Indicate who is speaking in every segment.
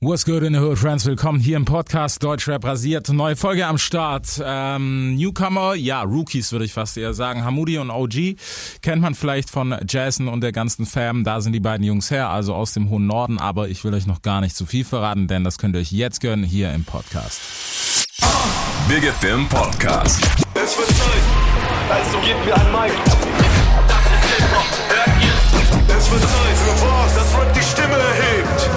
Speaker 1: What's good in the hood, friends? Willkommen hier im Podcast Deutschrap rasiert. Neue Folge am Start. Ähm, Newcomer, ja, Rookies würde ich fast eher sagen. Hamudi und OG kennt man vielleicht von Jason und der ganzen Fam. Da sind die beiden Jungs her, also aus dem hohen Norden. Aber ich will euch noch gar nicht zu viel verraten, denn das könnt ihr euch jetzt gönnen hier im Podcast.
Speaker 2: Big FM Podcast.
Speaker 3: Es wird Zeit. Also gebt mir ein Mic. Das ist Hip-Hop. Hört ihr? Es wird Zeit für was, das Rap die Stimme erhebt.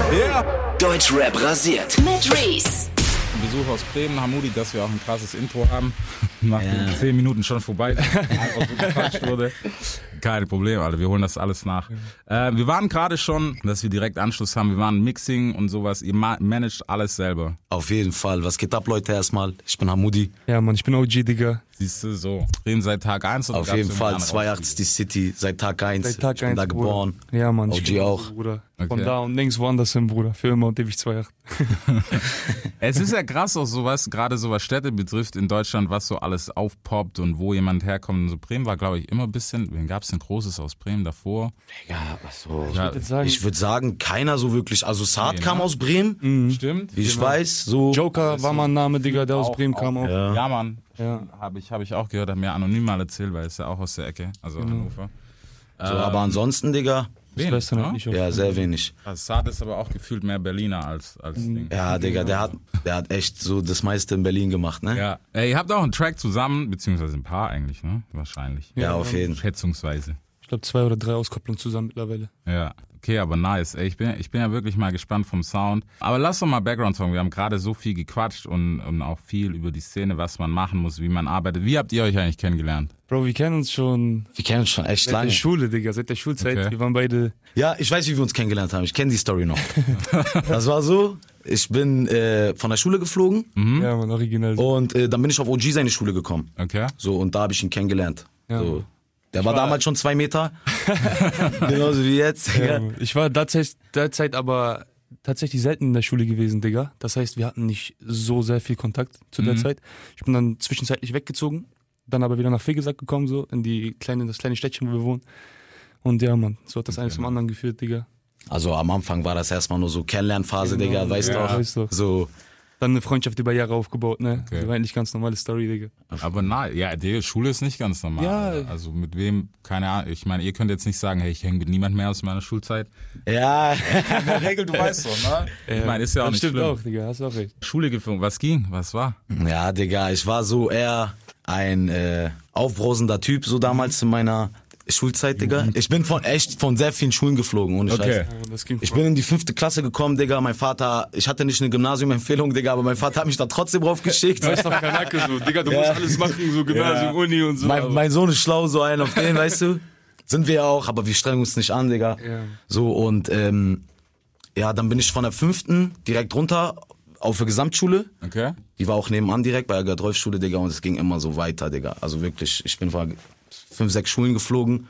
Speaker 4: Deutschrap rasiert.
Speaker 5: Mit Reese.
Speaker 1: Besuch aus Bremen, Hamudi, dass wir auch ein krasses Intro haben. Nach den zehn Minuten schon vorbei. Einfach so gequatscht wurde. Kein Problem, Alter. Wir holen das alles nach. Äh, wir waren gerade schon, dass wir direkt Anschluss haben. Wir waren Mixing und sowas. Ihr ma managt alles selber.
Speaker 4: Auf jeden Fall. Was geht ab, Leute, erstmal? Ich bin Hamudi.
Speaker 6: Ja, Mann, ich bin OG, Digga.
Speaker 1: Siehst du, so. Bremen seit Tag 1.
Speaker 4: Auf jeden Fall. 280 die City seit Tag 1.
Speaker 6: Seit Tag
Speaker 4: ich bin
Speaker 6: 1,
Speaker 4: da geboren.
Speaker 6: Bruder. Ja, Mann. ich
Speaker 4: OG
Speaker 6: bin
Speaker 4: auch.
Speaker 6: so, Bruder. Von
Speaker 1: Okay.
Speaker 6: da und links woanders hin, Bruder. Für immer und ewig 2,8.
Speaker 1: Es ist ja krass, auch sowas, gerade so was Städte betrifft in Deutschland, was so alles aufpoppt und wo jemand herkommt. Und so Bremen war, glaube ich, immer ein bisschen, wen gab es denn Großes aus Bremen davor?
Speaker 4: Ja, ach so.
Speaker 1: Ja,
Speaker 6: Jetzt sagen,
Speaker 4: Ich würde sagen, keiner so wirklich. Also Saad kam aus Bremen,
Speaker 1: stimmt.
Speaker 4: wie ich weiß. So.
Speaker 6: Joker war mal ein Name, Digga, der aus
Speaker 1: Auch,
Speaker 6: Bremen
Speaker 1: auch,
Speaker 6: kam auch.
Speaker 1: Ja, Mann.
Speaker 6: Ja.
Speaker 1: Habe ich, hab ich auch gehört, hat mir anonym mal erzählt, weil er ist ja auch aus der Ecke, also
Speaker 6: Genau.
Speaker 1: Hannover. ne?
Speaker 4: so aber ansonsten, Digga,
Speaker 6: Ich weiß dann halt nicht.
Speaker 4: ja, sehr wenig.
Speaker 1: Also Saad ist aber auch gefühlt mehr Berliner als, als
Speaker 6: Mhm.
Speaker 1: Ding.
Speaker 4: Ja, Digga, der hat, der hat echt so das meiste in Berlin gemacht, ne?
Speaker 1: Ja. Ey, ihr habt auch einen Track zusammen, beziehungsweise ein paar eigentlich, ne? Wahrscheinlich.
Speaker 4: Ja, auf jeden Fall.
Speaker 1: Schätzungsweise.
Speaker 6: Ich glaube, zwei oder drei Auskopplungen zusammen mittlerweile.
Speaker 1: Ja, okay, aber nice. Ey, ich, bin, ich bin ja wirklich mal gespannt vom Sound. Aber lass doch mal Background Song. Wir haben gerade so viel gequatscht und, und auch viel über die Szene, was man machen muss, wie man arbeitet. Wie habt ihr euch eigentlich kennengelernt?
Speaker 6: Bro, wir kennen uns schon
Speaker 4: Wir kennen uns schon echt
Speaker 6: seit der
Speaker 4: lange.
Speaker 6: Schule, Digga, seit der Schulzeit.
Speaker 1: Okay.
Speaker 6: Wir waren beide
Speaker 4: Ja, ich weiß, wie wir uns kennengelernt haben. Ich kenne die Story noch. das war so, ich bin äh, von der Schule geflogen
Speaker 1: Mhm.
Speaker 6: Ja, man, original.
Speaker 4: und äh, dann bin ich auf OG seine Schule gekommen.
Speaker 1: Okay.
Speaker 4: So, und da habe ich ihn kennengelernt.
Speaker 6: Ja.
Speaker 4: So. Der war, damals schon zwei Meter. Genauso wie jetzt.
Speaker 6: Ja,
Speaker 4: Ja.
Speaker 6: Mann. Ähm, ich war derzeit, derzeit aber tatsächlich selten in der Schule gewesen, Digga. Das heißt, wir hatten nicht so sehr viel Kontakt zu
Speaker 4: Mhm.
Speaker 6: der Zeit. Ich bin dann zwischenzeitlich weggezogen, dann aber wieder nach Fegesack gekommen, so in die kleine, in das kleine Städtchen, wo wir wohnen. Und ja, Mann, so hat das eines zum anderen geführt, Digga.
Speaker 4: Also am Anfang war das erstmal nur so Kennenlernphase, Digga, weißt
Speaker 6: Genau, Ja,
Speaker 4: du
Speaker 6: weißt du.
Speaker 4: auch. So,
Speaker 6: Dann eine Freundschaft über Jahre aufgebaut, ne?
Speaker 1: Okay.
Speaker 6: Das war eigentlich ganz normale Story, Digga.
Speaker 1: Aber na, ja, die Schule ist nicht ganz normal.
Speaker 6: Ja.
Speaker 1: Alter. Also mit wem, keine Ahnung. Ich meine, ihr könnt jetzt nicht sagen, hey, ich hänge mit niemand mehr aus meiner Schulzeit.
Speaker 4: ja,
Speaker 1: In der Regel, du weißt doch, ne? Ich meine, ist ja auch
Speaker 6: das
Speaker 1: nicht
Speaker 6: stimmt
Speaker 1: schlimm.
Speaker 6: auch, Digga, hast auch recht.
Speaker 1: Schule gefunden. Was ging? Was war?
Speaker 4: ja, Digga, ich war so eher ein äh, aufbrausender Typ, so damals in meiner Schulzeit, Digga. Ich bin von echt von sehr vielen Schulen geflogen, ohne Scheiß.
Speaker 1: Okay.
Speaker 6: Ja, Mann, das ging
Speaker 4: Ich
Speaker 6: voll.
Speaker 4: bin in die fünfte Klasse gekommen, Digga. Mein Vater, ich hatte nicht eine Gymnasium-Empfehlung, Digga, aber mein Vater hat mich da trotzdem raufgeschickt.
Speaker 6: Du bist doch Kanake so, Digga, du
Speaker 4: Ja.
Speaker 6: musst alles machen, so Gymnasium, Uni und so.
Speaker 4: mein,
Speaker 6: aber-
Speaker 4: mein Sohn ist schlau, so einen auf den, weißt du? Sind wir ja auch, aber wir strengen uns nicht an, Digga.
Speaker 6: Ja.
Speaker 4: So, und ähm, ja, dann bin ich von der fünften direkt runter auf die Gesamtschule.
Speaker 1: Okay.
Speaker 4: Die war auch nebenan direkt bei der Gerd-Rolf-Schule, Digga, und es ging immer so weiter, Digga. Also wirklich, ich bin vor fünf, sechs Schulen geflogen.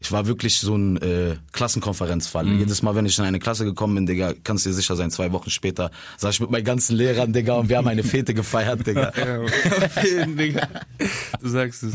Speaker 4: Ich war wirklich so ein äh, Klassenkonferenzfall.
Speaker 1: Mhm.
Speaker 4: Jedes Mal, wenn ich in eine Klasse gekommen bin, Digga, kannst du dir sicher sein, zwei Wochen später saß ich mit meinen ganzen Lehrern, Digga, und wir haben eine Fete gefeiert, Digga.
Speaker 6: Digga. Du sagst es.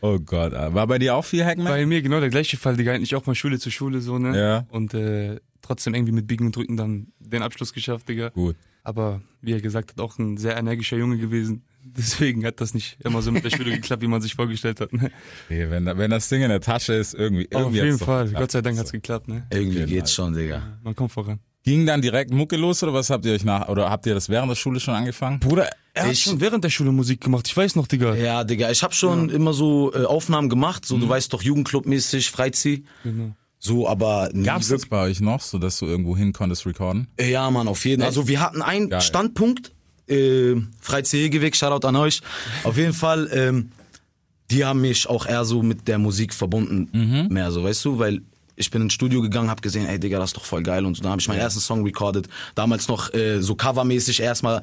Speaker 1: Oh Gott, Alter. war bei dir auch viel Hackman?
Speaker 6: Bei mir genau der gleiche Fall, Digga. Eigentlich auch von Schule zu Schule so, ne?
Speaker 1: Ja.
Speaker 6: Und äh, trotzdem irgendwie mit Biegen und Drücken dann den Abschluss geschafft, Digga.
Speaker 1: Gut.
Speaker 6: Aber wie er gesagt hat, auch ein sehr energischer Junge gewesen. Deswegen hat das nicht immer so mit der Schule geklappt, wie man sich vorgestellt hat. Ne?
Speaker 1: Nee, wenn, da- wenn das Ding in der Tasche ist, irgendwie, irgendwie
Speaker 6: Auf
Speaker 1: hat's
Speaker 6: jeden
Speaker 1: doch
Speaker 6: Fall.
Speaker 1: geklappt.
Speaker 6: Gott sei Dank hat's geklappt, ne?
Speaker 1: Genau.
Speaker 4: Irgendwie geht's schon, Digga.
Speaker 6: Man kommt voran.
Speaker 1: Ging dann direkt Mucke los oder was habt ihr euch nach oder habt ihr das während der Schule schon angefangen?
Speaker 6: Bruder, er
Speaker 4: Ich-
Speaker 6: hat schon während der Schule Musik gemacht. Ich weiß noch, Digga.
Speaker 4: Ja, Digga, ich hab schon immer so äh, Aufnahmen gemacht,
Speaker 1: Mhm.
Speaker 4: so du weißt doch, Jugendclub-mäßig, Freizieh. So, aber nie
Speaker 1: Genau. Gab's das bei euch noch, so dass du irgendwo hin konntest recorden?
Speaker 4: wirklich- Ja, Mann, auf jeden Fall. Also wir hatten einen
Speaker 1: Geil.
Speaker 4: Standpunkt, äh, Freizieh Hegeweg, Shoutout an euch. Auf jeden Fall, ähm, die haben mich auch eher so mit der Musik verbunden,
Speaker 6: Mhm.
Speaker 4: mehr so, weißt du, weil ich bin ins Studio gegangen, hab gesehen, ey Digga, das ist doch voll geil und so. Da habe ich meinen ersten Song recorded. Damals noch äh, so covermäßig erstmal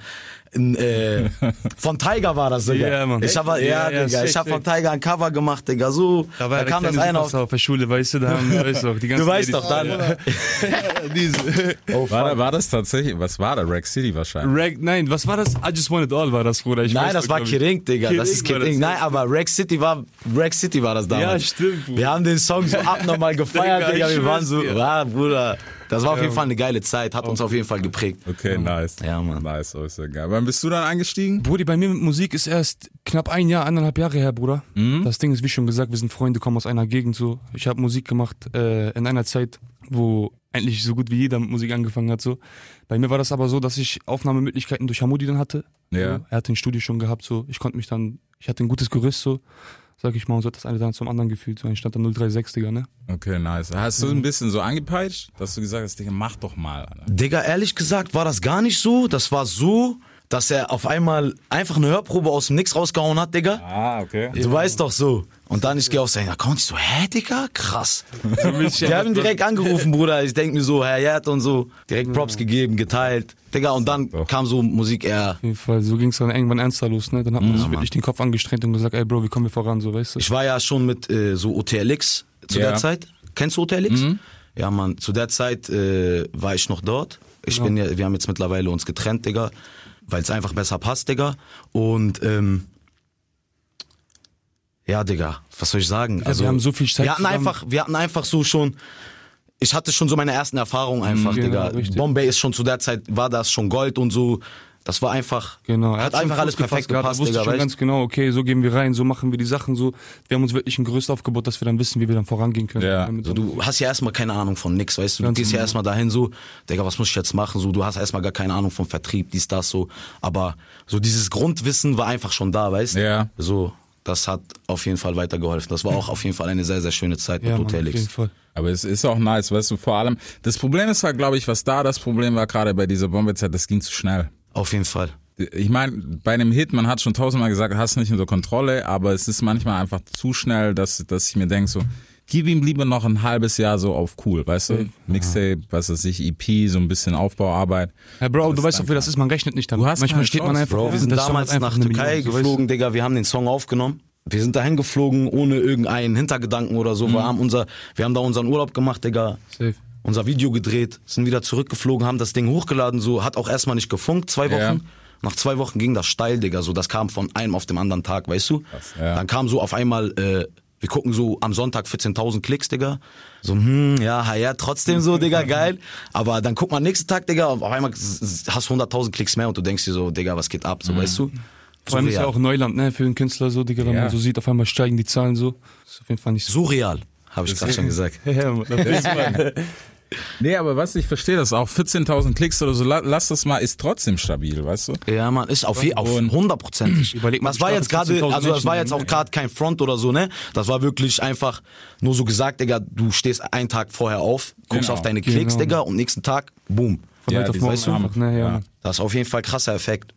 Speaker 4: ein, äh, von Tiger war das, Digga.
Speaker 6: Ja, Mann.
Speaker 4: Ich hab, ja,
Speaker 6: Echt? Ja, ja,
Speaker 4: Digga, ich hab
Speaker 6: safe,
Speaker 4: von
Speaker 6: safe.
Speaker 4: Tiger ein Cover gemacht, Digga, so. Da,
Speaker 6: war der
Speaker 4: kam das
Speaker 6: kleine
Speaker 4: einer auf.
Speaker 6: Superstar auf der Schule, weißt du, da haben, weißt du, auch, die ganzen
Speaker 4: Du weißt doch,
Speaker 6: Ladies-
Speaker 4: dann. Oh,
Speaker 6: Diese.
Speaker 1: war, da, war das tatsächlich, was war da? Rack City wahrscheinlich.
Speaker 6: Rag, nein, was war das? I just want it all war das, Bruder. Ich
Speaker 4: Nein,
Speaker 6: weiß
Speaker 4: das
Speaker 6: noch,
Speaker 4: war
Speaker 6: glaub ich.
Speaker 4: Kiring, Digga. das ist
Speaker 6: war
Speaker 4: Kiring. Nein, aber Rack City war Rack City war das damals.
Speaker 6: stimmt, Bruder.
Speaker 4: Wir haben den Song so abnormal gefeiert,
Speaker 6: Digga,
Speaker 4: Digga.
Speaker 6: ich
Speaker 4: Wir waren
Speaker 6: schwör's
Speaker 4: so,
Speaker 6: dir.
Speaker 4: ja, Bruder. Das war auf jeden Fall eine geile Zeit, hat uns auf jeden Fall geprägt.
Speaker 1: Okay, nice.
Speaker 4: Ja, Mann.
Speaker 1: Nice, oh, ist ja geil. Wann bist du dann eingestiegen?
Speaker 6: Brudi, bei mir mit Musik ist erst knapp ein Jahr, anderthalb Jahre her, Bruder.
Speaker 4: Mhm.
Speaker 6: Das Ding ist, wie schon gesagt, wir sind Freunde, kommen aus einer Gegend so. Ich habe Musik gemacht äh, in einer Zeit, wo eigentlich so gut wie jeder mit Musik angefangen hat. So. Bei mir war das aber so, dass ich Aufnahmemöglichkeiten durch Hamudi dann hatte.
Speaker 1: Ja.
Speaker 6: So. Er hatte ein Studio schon gehabt, so. Ich konnte mich dann, ich hatte ein gutes Gerüst, so. Sag ich mal, und so hat das eine dann zum anderen gefühlt. So, ich stand dann 036, Digga, ne?
Speaker 1: Okay, nice. Hast du ein bisschen so angepeitscht, dass du gesagt hast, Digga, mach doch mal. Alter.
Speaker 4: Digga, ehrlich gesagt war das gar nicht so. Das war so, dass er auf einmal einfach eine Hörprobe aus dem Nix rausgehauen hat, Digga.
Speaker 1: Ah, okay.
Speaker 4: Du weißt doch so. Und dann ich gehe auf seinen Account, ich so, hä, Digga, krass. Die haben ihn
Speaker 6: ne?
Speaker 4: direkt angerufen, Bruder. Ich denk mir so, Herr Jert und so.
Speaker 6: Mhm.
Speaker 4: Direkt Props gegeben, geteilt. Digga, und dann kam so Musik eher.
Speaker 6: Auf jeden Fall, so ging's dann irgendwann ernster los, ne? Dann hat man sich wirklich den Kopf angestrengt und gesagt, ey, Bro, wie kommen wir voran, so, weißt du?
Speaker 4: Mhm. Ich war ja schon mit äh, so OTLX zu
Speaker 1: Ja.
Speaker 4: der Zeit. Kennst du OTLX?
Speaker 6: Mhm.
Speaker 4: Ja, Mann, zu der Zeit äh, war ich noch dort. Ich bin ja, wir haben jetzt mittlerweile uns getrennt, Digga, weil es einfach besser passt, Digga. Und ähm, ja, Digga, was soll ich sagen? also
Speaker 6: wir haben so viel Zeit
Speaker 4: Wir hatten
Speaker 6: zusammen.
Speaker 4: einfach, wir hatten einfach so schon. Ich hatte schon so meine ersten Erfahrungen einfach,
Speaker 6: genau,
Speaker 4: Digga.
Speaker 6: richtig.
Speaker 4: Bombay ist schon zu der Zeit war das schon Gold und so. Das war einfach.
Speaker 6: Genau,
Speaker 4: Hat,
Speaker 6: schon
Speaker 4: einfach
Speaker 6: Fuß
Speaker 4: alles perfekt
Speaker 6: gefasst gehabt,
Speaker 4: gepasst,
Speaker 6: er wusste
Speaker 4: Digga.
Speaker 6: schon
Speaker 4: weißt?
Speaker 6: ganz genau, okay, so gehen wir rein, so machen wir die Sachen, so. Wir haben uns wirklich ein Gerüst aufgebaut, dass wir dann wissen, wie wir dann vorangehen können.
Speaker 1: Ja.
Speaker 6: Damit
Speaker 4: So,
Speaker 6: so
Speaker 4: du hast ja erstmal keine Ahnung von nix, weißt du? Du
Speaker 6: Ganz
Speaker 4: gehst ja
Speaker 6: genau.
Speaker 4: erstmal dahin so, Digga, was muss ich jetzt machen? So, du hast erstmal gar keine Ahnung vom Vertrieb, dies, das, so. Aber so dieses Grundwissen war einfach schon da, weißt du?
Speaker 1: Ja.
Speaker 4: So, das hat auf jeden Fall weitergeholfen. Das war auch auf jeden Fall eine sehr, sehr schöne Zeit
Speaker 6: ja,
Speaker 4: mit
Speaker 6: Mann, auf jeden
Speaker 4: Hotelix.
Speaker 6: Fall.
Speaker 1: Aber es ist auch nice, weißt du, vor allem, das Problem ist halt, glaube ich, was da das Problem war, gerade bei dieser Bombezeit, das ging zu schnell.
Speaker 4: Auf jeden Fall.
Speaker 1: Ich meine, bei einem Hit, man hat schon tausendmal gesagt, hast nicht unter Kontrolle, aber es ist manchmal einfach zu schnell, dass, dass ich mir denke, so, gib ihm lieber noch ein halbes Jahr so auf cool, weißt du? Mixtape, was weiß ich, EP, so ein bisschen Aufbauarbeit.
Speaker 6: Herr Bro, du
Speaker 1: ist
Speaker 6: weißt
Speaker 1: dann
Speaker 6: doch, wie das ist, man rechnet nicht damit.
Speaker 1: Du hast keine
Speaker 6: Manchmal steht man
Speaker 1: Chance,
Speaker 6: einfach,
Speaker 4: Bro, wir sind
Speaker 6: das ist doch
Speaker 4: damals
Speaker 6: einfach
Speaker 4: nach
Speaker 6: eine
Speaker 4: Türkei
Speaker 6: Million, so, weißt du?
Speaker 4: geflogen, Digga, wir haben den Song aufgenommen. Wir sind dahin geflogen, ohne irgendeinen Hintergedanken oder so.
Speaker 6: Mhm.
Speaker 4: Wir, haben unser, wir haben da unseren Urlaub gemacht, Digga.
Speaker 6: Safe.
Speaker 4: unser Video gedreht, sind wieder zurückgeflogen, haben das Ding hochgeladen, so hat auch erstmal nicht gefunkt, zwei Wochen.
Speaker 1: Ja.
Speaker 4: Nach zwei Wochen ging das steil, Digga, so das kam von einem auf dem anderen Tag, weißt du?
Speaker 1: ja.
Speaker 4: Dann kam so auf einmal, äh, wir gucken so am Sonntag 14.000 Klicks, Digga. So, hm, ja, ha, ja, trotzdem so, Digga, geil. Aber dann guck mal nächsten Tag, Digga, auf einmal s- s- hast du 100.000 Klicks mehr und du denkst dir so, Digga, was geht ab, so, weißt du?
Speaker 6: Mhm. Vor allem ist ja
Speaker 4: Surreal.
Speaker 6: auch Neuland, ne, für einen Künstler so, Digga, wenn
Speaker 1: Ja.
Speaker 6: man so sieht, auf einmal steigen die Zahlen so. Ist auf jeden Fall nicht so.
Speaker 4: Surreal, habe ich gerade schon gesagt.
Speaker 1: Nee, aber was ich verstehe, das auch 14.000 Klicks oder so, la- lass das mal, ist trotzdem stabil, weißt du?
Speaker 4: Ja, man ist auf je- auf
Speaker 1: Und-
Speaker 4: hundertprozentig.
Speaker 6: Überleg mal,
Speaker 4: Das war jetzt gerade,
Speaker 6: 14.000
Speaker 4: also das war
Speaker 6: Menschen,
Speaker 4: jetzt auch gerade kein Front oder so, ne? Das war wirklich einfach nur so gesagt, Digga, du stehst einen Tag vorher auf, guckst
Speaker 1: Genau.
Speaker 4: auf deine Klicks,
Speaker 6: Genau.
Speaker 4: Digga, und nächsten Tag, boom.
Speaker 6: Von
Speaker 1: Ja,
Speaker 6: heute auf
Speaker 1: diese
Speaker 6: morgen
Speaker 1: Namen.
Speaker 6: einfach, ne, ja.
Speaker 1: Ja.
Speaker 4: Das ist auf jeden Fall krasser Effekt.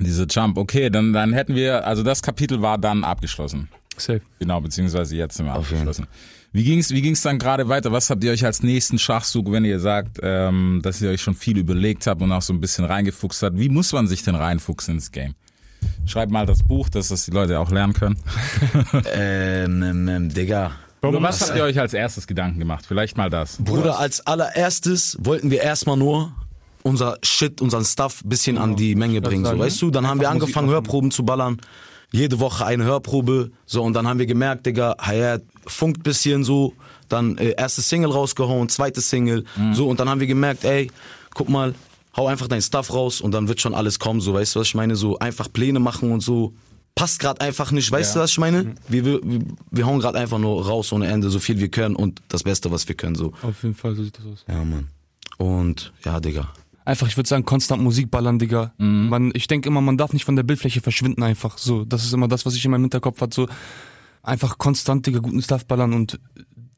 Speaker 1: Diese Jump, okay, dann, dann hätten wir, also das Kapitel war dann abgeschlossen.
Speaker 6: Safe.
Speaker 1: Genau, beziehungsweise jetzt sind wir
Speaker 4: jeden
Speaker 1: abgeschlossen. Wie ging's, wie ging's dann gerade weiter? Was habt ihr euch als nächsten Schachzug, wenn ihr sagt, ähm, dass ihr euch schon viel überlegt habt und auch so ein bisschen reingefuchst habt? Wie muss man sich denn reinfuchsen ins Game? Schreibt mal das Buch, dass das die Leute auch lernen können.
Speaker 4: Ähm, ähm, ähm, Digga.
Speaker 1: Über was habt ihr euch als erstes Gedanken gemacht? Vielleicht mal das.
Speaker 4: Bruder, als allererstes wollten wir erstmal nur unser Shit, unseren Stuff bisschen an die Menge bringen, so,
Speaker 6: sagen,
Speaker 4: weißt du? Dann haben wir
Speaker 6: Musik
Speaker 4: angefangen,
Speaker 6: machen.
Speaker 4: Hörproben zu ballern. Jede Woche eine Hörprobe. So, und dann haben wir gemerkt, Digga, Hayat funkt bisschen so. Dann äh, erste Single rausgehauen, zweite Single. So, und dann haben wir gemerkt, ey, guck mal, hau einfach dein Stuff raus und dann wird schon alles kommen, so, weißt du, was ich meine? So einfach Pläne machen und so. Passt gerade einfach nicht, weißt
Speaker 1: Ja.
Speaker 4: du, was ich meine? Wir, wir, wir- wir hauen gerade einfach nur raus ohne Ende, so viel wir können und das Beste, was wir können, so.
Speaker 6: Auf jeden Fall, so sieht das aus.
Speaker 4: Ja, Mann. Und ja, Digga.
Speaker 6: Einfach, ich würde sagen, konstant Musik ballern, Digga.
Speaker 4: Mhm.
Speaker 6: Man, ich denke immer, man darf nicht von der Bildfläche verschwinden einfach. So, das ist immer das, was ich in meinem Hinterkopf hat. So, einfach konstant, Digga, guten Stuff ballern und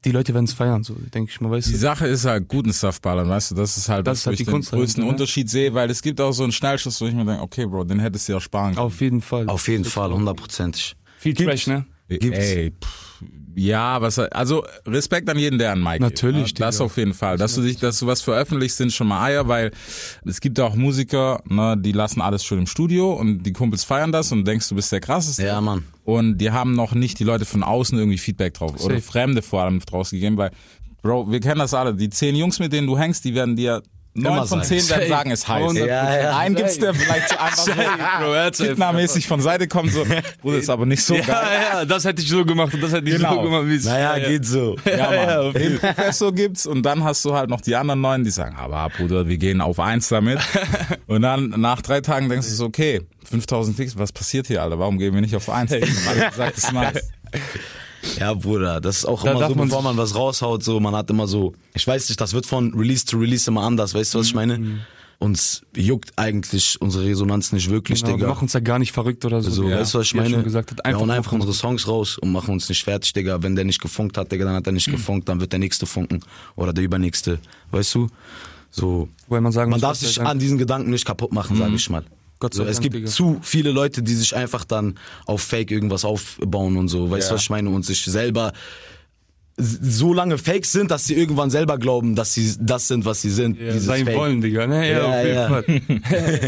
Speaker 6: die Leute werden es feiern, so, denke ich mal, weißt
Speaker 1: Die
Speaker 6: du.
Speaker 1: Sache ist halt guten Stuffballern, weißt du, das ist halt,
Speaker 6: Das
Speaker 1: was, wo
Speaker 6: ist halt
Speaker 1: ich
Speaker 6: die
Speaker 1: den
Speaker 6: Kunst
Speaker 1: größten
Speaker 6: dahinter, ne?
Speaker 1: Unterschied sehe, weil es gibt auch so einen Schnellschuss, wo ich mir denke, okay, Bro, den hättest du ja sparen können.
Speaker 6: Auf jeden Fall.
Speaker 4: Auf jeden Fall, hundertprozentig.
Speaker 6: Viel Trash, ne?
Speaker 4: Gibt's?
Speaker 1: Äh, Ey, pff, ja, was also Respekt an jeden, der an Mike
Speaker 6: Natürlich,
Speaker 1: geht, ne? Das
Speaker 6: Digga.
Speaker 1: auf jeden Fall. Dass du dich, dass du was veröffentlichst, sind schon mal Eier, weil es gibt auch Musiker, ne, die lassen alles schön im Studio und die Kumpels feiern das und denkst, du bist der krasseste.
Speaker 4: Ja, Mann.
Speaker 1: Und die haben noch nicht die Leute von außen irgendwie Feedback drauf oder
Speaker 6: Safe.
Speaker 1: Fremde vor allem draus gegeben, weil, Bro, wir kennen das alle. Die zehn Jungs, mit denen du hängst, die werden dir Neun
Speaker 4: Immer
Speaker 1: von
Speaker 4: sagen.
Speaker 1: zehn werden
Speaker 6: Safe.
Speaker 1: sagen, es heißt.
Speaker 6: Ja,
Speaker 4: ja, ja.
Speaker 1: Einen gibt's der vielleicht so einfach so fitnermäßig von Seite kommt, so, Bruder, ist aber nicht so geil.
Speaker 6: Ja, ja, das hätte ich so gemacht und das hätte ich
Speaker 1: Genau.
Speaker 6: so gemacht. Wie es-
Speaker 4: Naja, geht so.
Speaker 1: Ja, Mann.
Speaker 6: ja, auf
Speaker 1: Den Professor gibt's und dann hast du halt noch die anderen neun, die sagen, aber Bruder, wir gehen auf eins damit. Und dann nach drei Tagen denkst du so, okay, 5000 Klicks, was passiert hier, Alter? Warum gehen wir nicht auf eins? Alle haben gesagt, das ist nice.
Speaker 4: Ja, Bruder, das ist auch
Speaker 6: Da
Speaker 4: immer
Speaker 6: darf
Speaker 4: so,
Speaker 6: man
Speaker 4: bevor
Speaker 6: sich-
Speaker 4: man was raushaut, so, man hat immer so, ich weiß nicht, das wird von Release zu Release immer anders, weißt du, was ich
Speaker 6: Mhm.
Speaker 4: meine? Uns juckt eigentlich unsere Resonanz nicht wirklich,
Speaker 6: Genau, wir
Speaker 4: Digga.
Speaker 6: machen uns da gar nicht verrückt oder so.
Speaker 4: so,
Speaker 6: Ja.
Speaker 4: weißt du, was ich
Speaker 6: Wie er
Speaker 4: meine?
Speaker 6: schon gesagt hat,
Speaker 4: wir
Speaker 6: einfach
Speaker 4: hauen einfach
Speaker 6: machen.
Speaker 4: unsere Songs raus und machen uns nicht fertig, Digga. Wenn der nicht gefunkt hat, Digga, dann hat er nicht gefunkt, dann wird der nächste funken oder der übernächste, weißt du? So,
Speaker 6: Wobei man sagen
Speaker 4: man
Speaker 6: muss, halt
Speaker 4: darf
Speaker 6: Gott sei
Speaker 4: sich
Speaker 6: Dank- Mhm.
Speaker 4: an diesen Gedanken nicht kaputt machen, sage ich mal.
Speaker 6: Gott sei
Speaker 4: so, es
Speaker 6: Dank,
Speaker 4: gibt
Speaker 6: Digga.
Speaker 4: zu viele Leute, die sich einfach dann auf Fake irgendwas aufbauen und so, weißt du,
Speaker 1: Ja.
Speaker 4: was ich meine? Und sich selber s- so lange Fakes sind, dass sie irgendwann selber glauben, dass sie das sind, was sie sind.
Speaker 6: Ja,
Speaker 4: dieses
Speaker 6: sein
Speaker 4: Fake.
Speaker 6: wollen, Digga. Ne? Ja,
Speaker 4: Ja,
Speaker 6: auf jeden
Speaker 4: ja.
Speaker 6: Fall.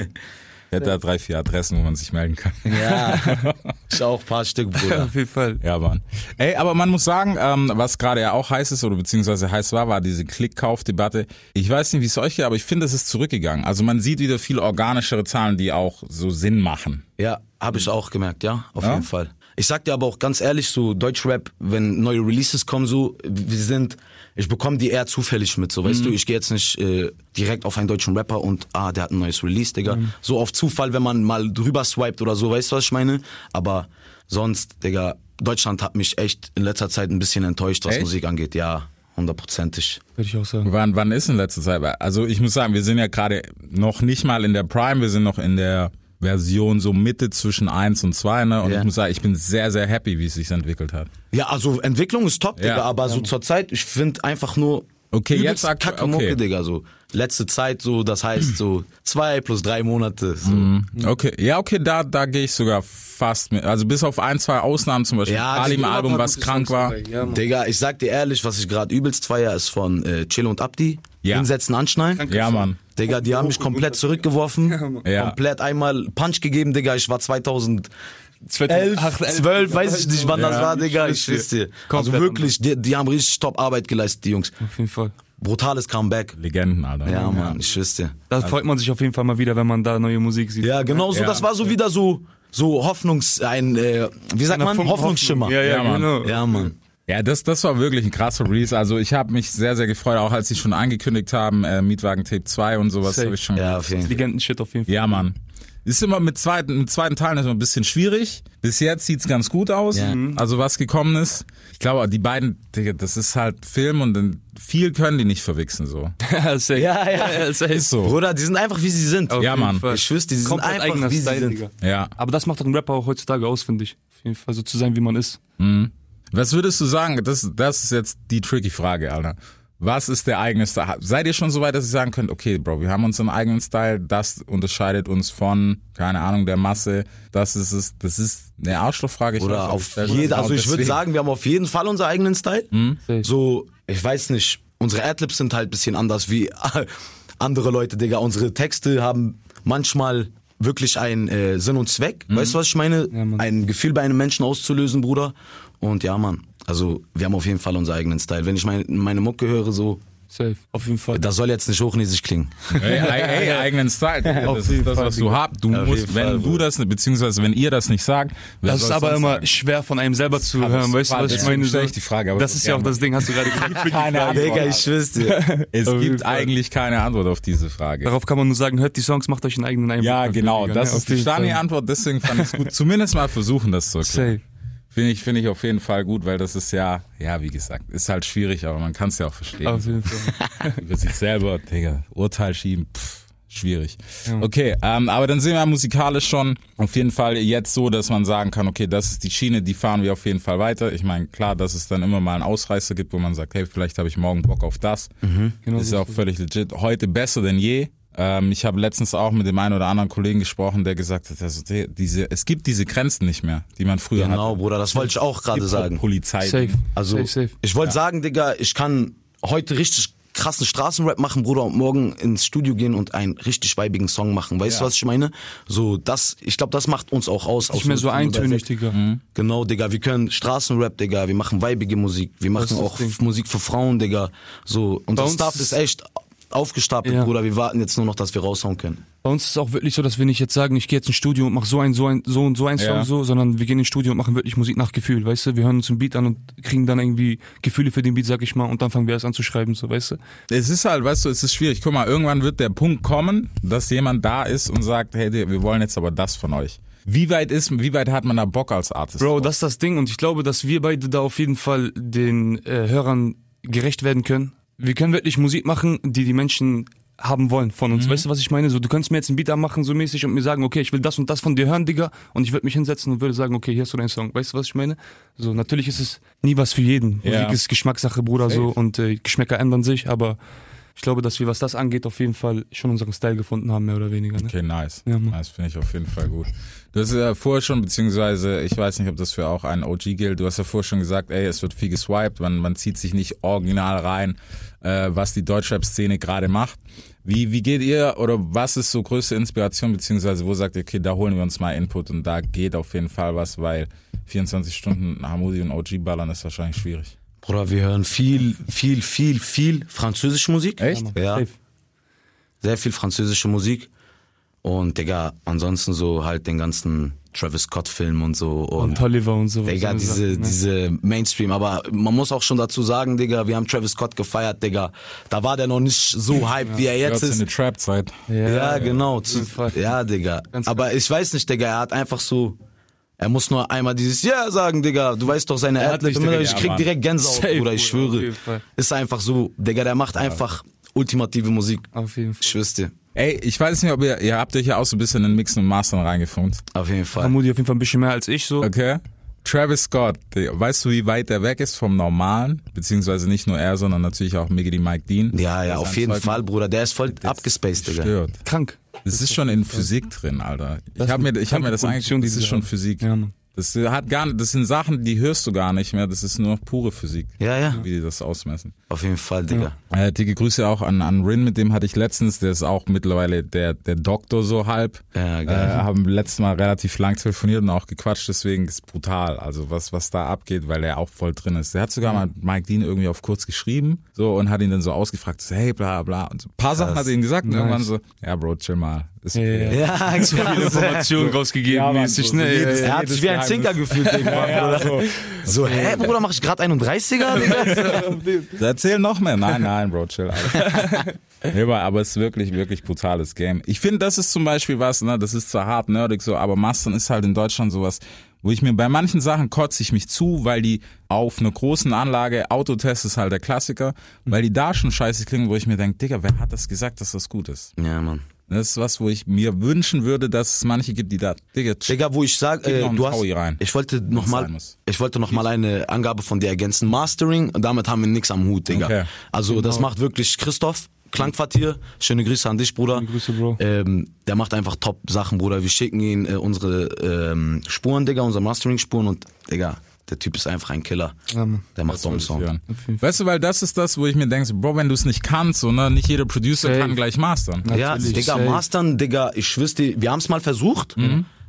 Speaker 1: Ich hätte da drei, vier Adressen, wo man sich melden kann.
Speaker 4: Ja, ich auch ein paar Stück, Bruder.
Speaker 6: auf jeden Fall.
Speaker 1: Ja, Mann. Ey, aber man muss sagen, ähm, was gerade ja auch heiß ist oder beziehungsweise heiß war, war diese Klickkaufdebatte. Ich weiß nicht, wie es euch geht, aber ich finde, es ist zurückgegangen. Also man sieht wieder viel organischere Zahlen, die auch so Sinn machen.
Speaker 4: Ja, habe ich auch gemerkt, ja, auf jeden Fall. Ich sag dir aber auch ganz ehrlich, so Deutschrap, wenn neue Releases kommen, so, wir sind, ich bekomme die eher zufällig mit, so, weißt du, ich gehe jetzt nicht äh, direkt auf einen deutschen Rapper und, ah, der hat ein neues Release, Digga. So auf Zufall, wenn man mal drüber swiped oder so, weißt du, was ich meine? Aber sonst, Digga, Deutschland hat mich echt in letzter Zeit ein bisschen enttäuscht, was
Speaker 1: Echt?
Speaker 4: Musik angeht, ja, hundertprozentig.
Speaker 6: Würde ich auch sagen.
Speaker 1: Wann, wann ist in letzter Zeit? Also ich muss sagen, wir sind ja gerade noch nicht mal in der Prime, wir sind noch in der Version so Mitte zwischen 1 und 2, ne? Und
Speaker 4: Ja.
Speaker 1: ich muss sagen, ich bin sehr, sehr happy, wie es sich entwickelt hat.
Speaker 4: Ja, also Entwicklung ist top, Digga,
Speaker 1: Ja.
Speaker 4: aber so zur Zeit, ich finde einfach nur
Speaker 1: Okay,
Speaker 4: übelst
Speaker 1: jetzt aktu-
Speaker 4: kacke
Speaker 1: okay.
Speaker 4: Mucke, Digga, so. Letzte Zeit, so, das heißt so zwei plus drei Monate. So.
Speaker 1: Okay, ja, okay, da, da gehe ich sogar fast mit. Also bis auf ein, zwei Ausnahmen zum Beispiel.
Speaker 4: Ja,
Speaker 1: Ali
Speaker 4: es
Speaker 1: im
Speaker 4: sind immer
Speaker 1: Album, was krank war.
Speaker 6: Ja, Mann.
Speaker 4: Digga, ich sag dir ehrlich, was ich gerade übelst feier, ist von äh, Chill und Abdi.
Speaker 1: Ja.
Speaker 4: Hinsetzen, anschnallen.
Speaker 1: Ja, Mann.
Speaker 4: Digga, die haben mich komplett zurückgeworfen.
Speaker 1: Ja.
Speaker 4: Komplett einmal Punch gegeben, Digga. Ich war 2011,
Speaker 6: 2011,
Speaker 4: 12, weiß ich nicht, wann das war, Digga. Ich schwör's
Speaker 6: schwör's
Speaker 4: dir. Also
Speaker 6: Komplett
Speaker 4: wirklich, die, die haben richtig top Arbeit geleistet, die Jungs.
Speaker 6: Auf jeden Fall.
Speaker 4: Brutales Comeback.
Speaker 1: Legenden, Alter.
Speaker 4: Ja, Mann, ich schwör's dir.
Speaker 6: Da freut man sich auf jeden Fall mal wieder, wenn man da neue Musik sieht.
Speaker 4: Ja, genau so.
Speaker 1: Ja.
Speaker 4: Das war so wieder so, so Hoffnungs, ein, äh, wie sagt man,
Speaker 6: Funken-
Speaker 4: Hoffnungsschimmer.
Speaker 6: Ja, ja,
Speaker 1: Ja, Mann.
Speaker 6: genau.
Speaker 4: Ja, Mann.
Speaker 1: Ja, das, das war wirklich ein krasser Release. Also ich habe mich sehr, sehr gefreut, auch als sie schon angekündigt haben, äh, Mietwagen Tape 2 und sowas
Speaker 6: Safe.
Speaker 1: habe ich schon.
Speaker 4: Ja, auf jeden Fall.
Speaker 6: Legenden-Shit auf jeden Fall.
Speaker 1: ja, Mann. Ist immer mit zweiten, mit zweiten Teilen ist immer ein bisschen schwierig. Bis jetzt sieht's ganz gut aus.
Speaker 4: Ja.
Speaker 1: Also was gekommen ist. Ich glaube, die beiden, Digga, das ist halt Film und dann viel können die nicht verwichsen so.
Speaker 6: Ja, safe.
Speaker 4: Ja, ja.
Speaker 6: safe.
Speaker 1: Ist so.
Speaker 4: Bruder, die sind einfach, wie sie sind.
Speaker 6: Auf
Speaker 1: Ja,
Speaker 6: jeden
Speaker 1: Mann.
Speaker 6: Fall.
Speaker 4: Ich schwör's dir, die sind
Speaker 6: Komplett
Speaker 4: einfach,
Speaker 6: eigener
Speaker 4: wie sie
Speaker 6: Style,
Speaker 4: sind.
Speaker 6: Digga.
Speaker 1: Ja.
Speaker 6: Aber das macht doch ein Rapper auch heutzutage aus, finde ich. Auf jeden Fall, so zu sein, wie man ist.
Speaker 1: Was würdest du sagen? Das, das ist jetzt die tricky Frage, Alter. Was ist der eigene Style? Seid ihr schon so weit, dass ihr sagen könnt, okay, Bro, wir haben unseren eigenen Style, das unterscheidet uns von, keine Ahnung, der Masse. Das ist es, das ist eine Arschlochfrage. ich weiß,
Speaker 4: Oder
Speaker 1: aber
Speaker 4: auf
Speaker 1: das-
Speaker 4: jeder,
Speaker 1: genau
Speaker 4: also ich würde
Speaker 1: deswegen. Mhm.
Speaker 4: sagen, wir haben auf jeden Fall unseren eigenen Style.
Speaker 6: Safe.
Speaker 4: So, ich weiß nicht, unsere Adlibs sind halt ein bisschen anders wie andere Leute, Digga. Unsere Texte haben manchmal wirklich einen äh, Sinn und Zweck.
Speaker 1: Mhm.
Speaker 4: Weißt du, was ich meine?
Speaker 6: Mann.
Speaker 4: ein Gefühl bei einem Menschen auszulösen, Bruder. Und ja, Mann, also wir haben auf jeden Fall unseren eigenen Style. Wenn ich meine, meine Mucke höre, so,
Speaker 6: Safe. Auf jeden Fall.
Speaker 4: das soll jetzt nicht hochnäsig klingen.
Speaker 1: Ey, ey, ey, eigenen Style. Das ist das, was du habt. Du musst,
Speaker 4: jeden
Speaker 1: wenn
Speaker 4: Fall,
Speaker 1: du das, beziehungsweise wenn ihr das nicht sagt, wer
Speaker 6: Das ist
Speaker 1: soll's
Speaker 6: aber
Speaker 1: sonst
Speaker 6: immer
Speaker 1: sagen?
Speaker 6: schwer von einem selber zu hören, weißt du, was ich
Speaker 1: Deswegen
Speaker 6: meine?
Speaker 1: stell ich die Frage, aber-
Speaker 6: das ist ja,
Speaker 1: Ja,
Speaker 6: auch das Ding, hast du gerade gesagt.
Speaker 1: Keine Ahnung.
Speaker 4: Digga, ich schwör's dir.
Speaker 1: Es
Speaker 6: Auf jeden
Speaker 1: gibt
Speaker 6: Fall.
Speaker 1: eigentlich keine Antwort auf diese Frage.
Speaker 6: Darauf kann man nur sagen, hört die Songs, macht euch einen eigenen Eindruck.
Speaker 1: Ja,
Speaker 6: Auf
Speaker 1: genau.
Speaker 6: jeden Fall,
Speaker 1: Das
Speaker 6: ne?
Speaker 1: ist
Speaker 6: Auf
Speaker 1: die
Speaker 6: jeden Fall.
Speaker 1: Stani-Antwort. Deswegen fand ich es gut. Zumindest mal versuchen, das zu erklären.
Speaker 6: Safe.
Speaker 1: Finde ich, finde ich auf jeden Fall gut, weil das ist ja, ja, wie gesagt, ist halt schwierig, aber man kann es ja auch verstehen.
Speaker 6: Auf jeden Fall.
Speaker 1: Über sich selber, Digga, Urteil schieben, pff, schwierig. Okay, ähm, aber dann sind wir musikalisch schon auf jeden Fall jetzt so, dass man sagen kann, okay, das ist die Schiene, die fahren wir auf jeden Fall weiter. Ich meine, klar, dass es dann immer mal einen Ausreißer gibt, wo man sagt, hey, vielleicht habe ich morgen Bock auf das.
Speaker 4: Mhm.
Speaker 6: Genau
Speaker 1: ist
Speaker 6: so.
Speaker 1: auch völlig legit. Heute besser denn je. Ähm, ich habe letztens auch mit dem einen oder anderen Kollegen gesprochen, der gesagt hat, also die- diese, es gibt diese Grenzen nicht mehr, die man früher hatte.
Speaker 4: Genau, Bruder, das wollte ich auch gerade sagen.
Speaker 1: Polizei.
Speaker 6: Safe.
Speaker 4: Also,
Speaker 6: safe, safe.
Speaker 4: ich wollte sagen, Digga, ich kann heute richtig krassen Straßenrap machen, Bruder, und morgen ins Studio gehen und einen richtig weibigen Song machen. Weißt du, was ich meine? So, das, ich glaube, das macht uns auch aus.
Speaker 6: Nicht mehr so eintönig,
Speaker 4: Digga.
Speaker 6: Digga.
Speaker 4: Genau, Digga, wir können Straßenrap, Digga, wir machen weibige Musik, wir machen
Speaker 6: ist das
Speaker 4: auch
Speaker 6: Ding.
Speaker 4: Musik für Frauen, Digga. So, unser
Speaker 6: uns
Speaker 4: Stuff
Speaker 6: ist-
Speaker 4: ist echt aufgestapelt,
Speaker 6: Ja.
Speaker 4: Bruder. Wir warten jetzt nur noch, dass wir raushauen können.
Speaker 6: Bei uns ist es auch wirklich so, dass wir nicht jetzt sagen, ich gehe jetzt ins Studio und mache so ein, so ein, so und so ein Song,
Speaker 1: Ja.
Speaker 6: so, sondern wir gehen ins Studio und machen wirklich Musik nach Gefühl, weißt du? Wir hören uns einen Beat an und kriegen dann irgendwie Gefühle für den Beat, sag ich mal, und dann fangen wir erst an zu schreiben, so, weißt du?
Speaker 1: Es ist halt, weißt du, es ist schwierig. Guck mal, irgendwann wird der Punkt kommen, dass jemand da ist und sagt, hey, wir wollen jetzt aber das von euch. Wie weit ist, wie weit hat man da Bock als Artist?
Speaker 6: Bro, das ist das Ding und ich glaube, dass wir beide da auf jeden Fall den äh, Hörern gerecht werden können. Wir können wirklich Musik machen, die die Menschen haben wollen von
Speaker 4: Mhm.
Speaker 6: uns. Weißt du, was ich meine? So, du kannst mir jetzt einen Beat anmachen, so mäßig, und mir sagen, okay, ich will das und das von dir hören, Digga. Und ich würde mich hinsetzen und würde sagen, okay, hier hast du deinen Song. Weißt du, was ich meine? So, natürlich ist es nie was für jeden.
Speaker 1: Ja.
Speaker 6: Musik ist Geschmackssache, Bruder, so. Und äh, Geschmäcker ändern sich, aber ich glaube, dass wir, was das angeht, auf jeden Fall schon unseren Style gefunden haben, mehr oder weniger. Ne?
Speaker 1: Okay, nice.
Speaker 6: Ja, Mann.
Speaker 1: nice finde ich auf jeden Fall gut. Du hast ja vorher schon, beziehungsweise, ich weiß nicht, ob das für auch einen OG gilt, du hast ja vorher schon gesagt, ey, es wird viel geswiped, man, man zieht sich nicht original rein, äh, was die Deutschrap-Szene gerade macht. Wie, wie geht ihr, oder was ist so größte Inspiration, beziehungsweise wo sagt ihr, okay, da holen wir uns mal Input und da geht auf jeden Fall was, weil 24 Stunden Hamudi und OG ballern ist wahrscheinlich schwierig.
Speaker 4: Bruder, wir hören viel, viel, viel, viel französische Musik.
Speaker 1: Echt?
Speaker 4: Ja,
Speaker 6: Safe.
Speaker 4: sehr viel französische Musik. Und Digga, ansonsten so halt den ganzen Travis Scott-Film und so.
Speaker 6: Und Tolliver und so.
Speaker 4: Digga,
Speaker 6: so eine
Speaker 4: diese,
Speaker 6: Sachen, ne?
Speaker 4: diese Mainstream. Aber man muss auch schon dazu sagen, Digga, wir haben Travis Scott gefeiert, Digga. Da war der noch nicht so hyped, wie er jetzt
Speaker 1: Gehört's in
Speaker 4: ist.
Speaker 1: die Trap-Zeit.
Speaker 4: Ja, genau.
Speaker 6: jeden Fall.
Speaker 4: Ja, Digga.
Speaker 6: Ganz
Speaker 4: Aber ich weiß nicht, Digga, er hat einfach so. Er muss nur einmal dieses Ja sagen, Digga. Du weißt doch seine
Speaker 6: hat
Speaker 4: Adlib.
Speaker 6: dich direkt-
Speaker 4: Ich
Speaker 1: ja,
Speaker 4: krieg
Speaker 1: Mann.
Speaker 4: direkt Gänsehaut,
Speaker 6: Safe,
Speaker 4: Bruder. Ich
Speaker 6: Bruder, auf
Speaker 4: schwöre.
Speaker 6: jeden Fall.
Speaker 4: Ist einfach so. Digga, der macht einfach ultimative Musik.
Speaker 6: Auf jeden Fall.
Speaker 4: Ich schwör's dir.
Speaker 1: Ey, ich weiß nicht, ob ihr, ihr habt euch ja auch so ein bisschen in Mixen und Mastern reingefunkt.
Speaker 4: Auf jeden Fall.
Speaker 6: Hamudi auf jeden Fall ein bisschen mehr als ich so.
Speaker 1: Okay. Travis Scott, der- weißt du, wie weit der weg ist vom Normalen? Beziehungsweise nicht nur er, sondern natürlich auch Miggy Mike Dean.
Speaker 4: Ja, ja,
Speaker 1: Sein
Speaker 4: auf jeden
Speaker 1: Zeug ne?
Speaker 4: Fall, Bruder. Der ist voll abgespaced, Digga.
Speaker 1: Stört.
Speaker 6: Krank.
Speaker 1: Das ist schon in Physik drin, Alter. Ich
Speaker 6: ist
Speaker 1: habe mir, ich hab
Speaker 6: eine
Speaker 1: mir das
Speaker 6: Produktion,
Speaker 1: angeguckt,
Speaker 6: die
Speaker 1: das
Speaker 6: sie
Speaker 1: ist
Speaker 6: da
Speaker 1: schon
Speaker 6: haben.
Speaker 1: Physik.
Speaker 6: Ja, Mann.
Speaker 1: Das hat gar, das sind Sachen, die hörst du gar nicht mehr. Das ist nur noch pure Physik,
Speaker 4: Ja, ja.
Speaker 1: wie die das ausmessen.
Speaker 4: Auf jeden Fall, Digga.
Speaker 1: Äh, dicke Grüße auch an, an Rin, mit dem hatte ich letztens, der ist auch mittlerweile der, der Doktor so halb.
Speaker 4: Ja,
Speaker 1: äh,
Speaker 4: geil.
Speaker 1: haben letztes Mal relativ lang telefoniert und auch gequatscht, deswegen ist brutal. Also was, was da abgeht, weil er auch voll drin ist. Der hat sogar mal Mike Dean irgendwie auf kurz geschrieben so und hat ihn dann so ausgefragt, so, hey, bla bla. Und so, ein paar Sachen hat er ihm gesagt und irgendwann so, ja Bro, chill mal. Ist okay.
Speaker 6: Ja,
Speaker 4: Ja, krass.
Speaker 6: Informationen rausgegeben,
Speaker 1: Ja, Mann,
Speaker 6: mäßig,
Speaker 1: so- so
Speaker 6: ne? Ja,
Speaker 1: jedes-
Speaker 6: ja,
Speaker 4: Er hat sich wie ein Zinker gefühlt irgendwann, Bruder.
Speaker 1: so.
Speaker 4: So, hä, Bruder, mach ich gerade 31er, Digga?
Speaker 1: Erzähl noch mehr. Nein, nein, Bro, chill. Alter. Nee, aber- aber es ist wirklich, wirklich brutales Game. Ich finde, das ist zum Beispiel was, ne, das ist zwar hart nerdig so, aber Mastern ist halt in Deutschland sowas, wo ich mir bei manchen Sachen kotze ich mich zu, weil die auf einer großen Anlage, Autotest ist halt der Klassiker, weil die da schon scheiße klingen, wo ich mir denke, Digga, wer hat das gesagt, dass das gut ist?
Speaker 4: Ja, Mann.
Speaker 1: Das ist was, wo ich mir wünschen würde, dass es manche gibt, die da, Digga, chill.
Speaker 4: Digga, wo ich sag,
Speaker 1: Gib
Speaker 4: äh,
Speaker 1: noch einen
Speaker 4: du hast,
Speaker 1: Taui rein,
Speaker 4: ich wollte
Speaker 1: wenn's
Speaker 4: nochmal,
Speaker 1: sein muss.
Speaker 4: ich wollte noch mal eine Angabe von dir ergänzen. Mastering, damit haben wir nix am Hut, Digga.
Speaker 1: Okay. Genau.
Speaker 4: Also das macht wirklich Christoph Klangquartier. Schöne Grüße an dich, Bruder.
Speaker 6: Schöne Grüße, Bro.
Speaker 4: Ähm, der macht einfach top Sachen, Bruder. Wir schicken ihm äh, unsere ähm, Spuren, Digga, unsere Mastering-Spuren und, Digga, der Typ ist einfach ein Killer.
Speaker 6: Mann.
Speaker 4: Der macht so einen
Speaker 1: Sound.
Speaker 4: Song.
Speaker 1: Weißt du, weil das ist das, wo ich mir denke, so, Bro, wenn du es nicht kannst, so, ne, nicht jeder Producer
Speaker 6: Safe.
Speaker 1: kann gleich mastern.
Speaker 4: Ja,
Speaker 6: Natürlich,
Speaker 4: Digga,
Speaker 6: safe.
Speaker 4: Mastern, Digga, ich schwör's dir, wir haben's mal versucht.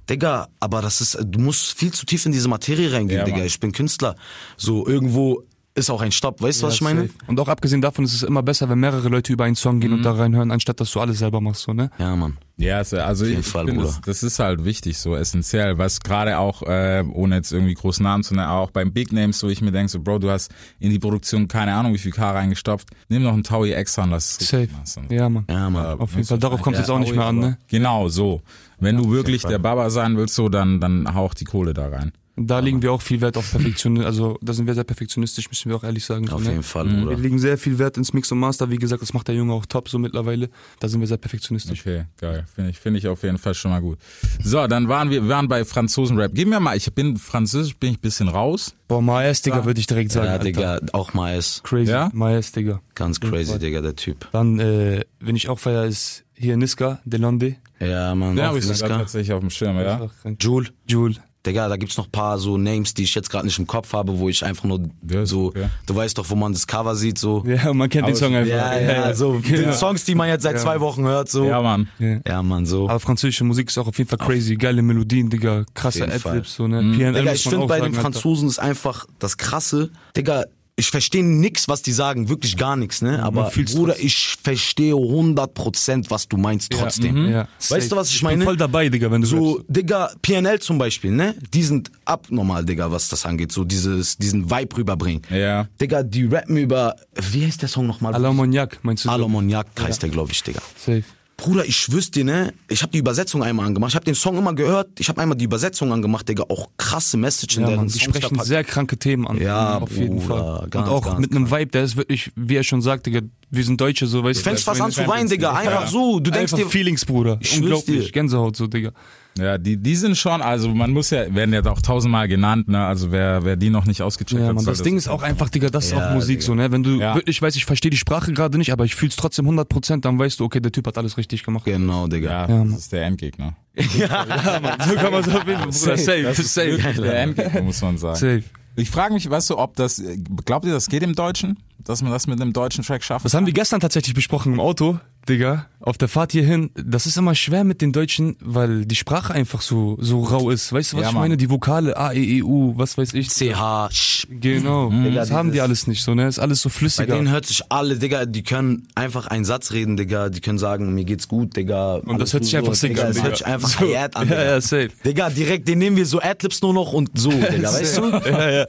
Speaker 4: Digga, aber das ist, du musst viel zu tief in diese Materie reingehen,
Speaker 1: Ja,
Speaker 4: Digga.
Speaker 1: Mann.
Speaker 4: Ich bin Künstler. So, irgendwo ist auch ein Stopp, weißt du, was ich meine?
Speaker 6: safe. Und auch abgesehen davon ist es immer besser, wenn mehrere Leute über einen Song gehen und da reinhören, anstatt dass du alles selber machst, so, ne?
Speaker 4: Ja, Mann.
Speaker 1: Ja, es- also
Speaker 4: jeden
Speaker 1: ich
Speaker 4: Fall,
Speaker 1: finde,
Speaker 4: Bruder.
Speaker 1: das, das ist halt wichtig, so essentiell, was gerade auch, äh, ohne jetzt irgendwie großen Namen zu nennen, aber auch beim Big Names, wo ich mir denke, so Bro, du hast in die Produktion keine Ahnung, wie viel K reingestopft, nimm noch einen Taui extra und lass es
Speaker 6: Safe.
Speaker 1: richtig mastern.
Speaker 6: Ja, Mann.
Speaker 4: Ja, Mann.
Speaker 6: Auf jeden Fall. Darauf kommt es jetzt auch nicht mehr an, ne?
Speaker 1: Genau, so. Wenn du wirklich der Baba sein willst, so, dann, dann hau auch die Kohle da rein.
Speaker 6: Da legen wir auch viel Wert auf Perfektion. Also, da sind wir sehr perfektionistisch, müssen wir auch ehrlich sagen. so,
Speaker 4: Auf
Speaker 6: ne?
Speaker 4: jeden Fall,
Speaker 6: Wir
Speaker 4: Bruder.
Speaker 6: legen sehr viel Wert ins Mix und Master. Wie gesagt, das macht der Junge auch top so mittlerweile. Da sind wir sehr perfektionistisch.
Speaker 1: Okay, geil. Finde ich, finde ich auf jeden Fall schon mal gut. So, dann waren wir, wir waren bei Franzosen-Rap. Gib mir mal, ich bin, französisch bin ich ein bisschen raus.
Speaker 6: Boah, Maes, Digga, würde ich direkt sagen.
Speaker 4: Ja,
Speaker 6: Alter.
Speaker 4: Digga, auch Maes.
Speaker 6: Crazy.
Speaker 1: Ja?
Speaker 6: Maes, Digga.
Speaker 4: Ganz crazy, Digga, der Typ.
Speaker 6: Dann, äh, wenn ich auch feier, ist hier Niska, Delonde.
Speaker 4: Ja, Mann.
Speaker 1: Den
Speaker 4: auch
Speaker 1: habe ich sogar
Speaker 4: Niska.
Speaker 1: tatsächlich auf dem Schirm, ja.
Speaker 6: Jule. Jule.
Speaker 4: Digga, da gibt's noch paar so Names, die ich jetzt gerade nicht im Kopf habe, wo ich einfach nur
Speaker 1: Ja, ist
Speaker 4: so,
Speaker 1: okay.
Speaker 4: du weißt doch, wo man das Cover sieht, so.
Speaker 6: Ja, man kennt den Song einfach. Genau.
Speaker 4: Ja, ja, so. Den Songs, die man jetzt seit zwei Wochen hört, so.
Speaker 1: Ja, Mann.
Speaker 4: Ja, Mann, so.
Speaker 6: Aber französische Musik ist auch auf jeden Fall crazy. Geile Melodien, Digga. Krasse
Speaker 4: jeden Fall.
Speaker 6: Adlibs, so, ne? Mhm.
Speaker 4: Digga, ich finde bei den Franzosen ist einfach das Krasse. Digga, ich verstehe nix, was die sagen, wirklich gar nichts, ne? Aber
Speaker 6: fühlt's
Speaker 4: Bruder,
Speaker 6: trotzdem.
Speaker 4: ich verstehe 100%, was du meinst trotzdem.
Speaker 6: Ja. mhm.
Speaker 4: Weißt du, was ich meine?
Speaker 6: Bin voll dabei, Digga, wenn du
Speaker 4: So,
Speaker 6: rappst.
Speaker 4: Digga, PNL zum Beispiel, ne? Die sind abnormal, Digga, was das angeht. So dieses, diesen Vibe rüberbringen.
Speaker 1: Ja.
Speaker 4: Digga, die rappen über, wie heißt der Song nochmal?
Speaker 6: Alamoniak, meinst du?
Speaker 4: Alomoniak heißt der, glaube ich, Digga.
Speaker 6: Safe.
Speaker 4: Bruder, ich schwör's dir, ne? Ich habe die Übersetzung einmal angemacht. Ich habe den Song immer gehört. Ich habe einmal die Übersetzung angemacht, Digga. Auch krasse Message in
Speaker 6: Ja,
Speaker 4: deren
Speaker 6: Mann, die
Speaker 4: Songs
Speaker 6: sprechen
Speaker 4: verpackt.
Speaker 6: sehr kranke Themen an. Mhm,
Speaker 4: Ja,
Speaker 6: auf jeden
Speaker 4: Bruder,
Speaker 6: Fall.
Speaker 4: ganz,
Speaker 6: Und auch
Speaker 4: ganz
Speaker 6: mit einem Vibe, der ist wirklich, wie er schon sagt, Digga, wir sind Deutsche, so, weißt du.
Speaker 4: Fängst fast an zu
Speaker 1: Champions
Speaker 4: weinen, Digga.
Speaker 1: League,
Speaker 4: Einfach
Speaker 1: ja.
Speaker 4: so. Du denkst
Speaker 6: Einfach
Speaker 4: dir,
Speaker 6: Feelings, Bruder.
Speaker 4: Ich schwör's
Speaker 6: Unglaublich.
Speaker 4: dir.
Speaker 6: Gänsehaut, so, Digga.
Speaker 1: Ja, die, die sind schon, also man muss ja, werden ja auch tausendmal genannt, ne? Also wer, wer die noch nicht ausgecheckt
Speaker 6: Ja,
Speaker 1: hat,
Speaker 6: Mann,
Speaker 1: soll
Speaker 6: das Ding ist auch einfach, Digga, das ist
Speaker 4: Ja,
Speaker 6: auch Musik
Speaker 4: Digga.
Speaker 6: so, ne? Wenn du
Speaker 1: Ja.
Speaker 6: wirklich weißt, ich verstehe die Sprache gerade nicht, aber ich fühl's trotzdem 100%, dann weißt du, okay, der Typ hat alles richtig gemacht.
Speaker 4: Genau, Digga.
Speaker 1: Ja, das ist der Endgegner.
Speaker 6: So kann man es auf jeden Fall, Bruder. Safe,
Speaker 1: das ist wirklich der Endgegner, muss man sagen.
Speaker 6: Safe.
Speaker 1: Ich frage mich, weißt du, ob das, glaubt ihr, das geht im Deutschen? Dass man das mit einem deutschen Track schafft?
Speaker 6: Das haben wir gestern tatsächlich besprochen im Auto, Digga. Auf der Fahrt hierhin. Das ist immer schwer mit den Deutschen, weil die Sprache einfach so, so rau ist. Weißt du, was
Speaker 1: Ja,
Speaker 6: ich
Speaker 1: Mann.
Speaker 6: meine? Die Vokale A, E, E, U, was weiß ich.
Speaker 4: CH, sch.
Speaker 6: Genau. Das haben die alles nicht so, ne? Ist alles so
Speaker 4: Bei
Speaker 6: flüssiger.
Speaker 4: denen hört sich alle, Digga, die können einfach einen Satz reden, Digga. Die können sagen, mir geht's gut, Digga.
Speaker 6: Und das hört sich einfach sick an,
Speaker 4: Das
Speaker 6: Digga.
Speaker 4: hört sich einfach
Speaker 6: So.
Speaker 4: verjährt an,
Speaker 6: Ja,
Speaker 4: Digga.
Speaker 6: ja, safe.
Speaker 4: Digga, direkt, den nehmen wir so Adlibs nur noch und so, Digga, weißt du?
Speaker 6: Ja, ja.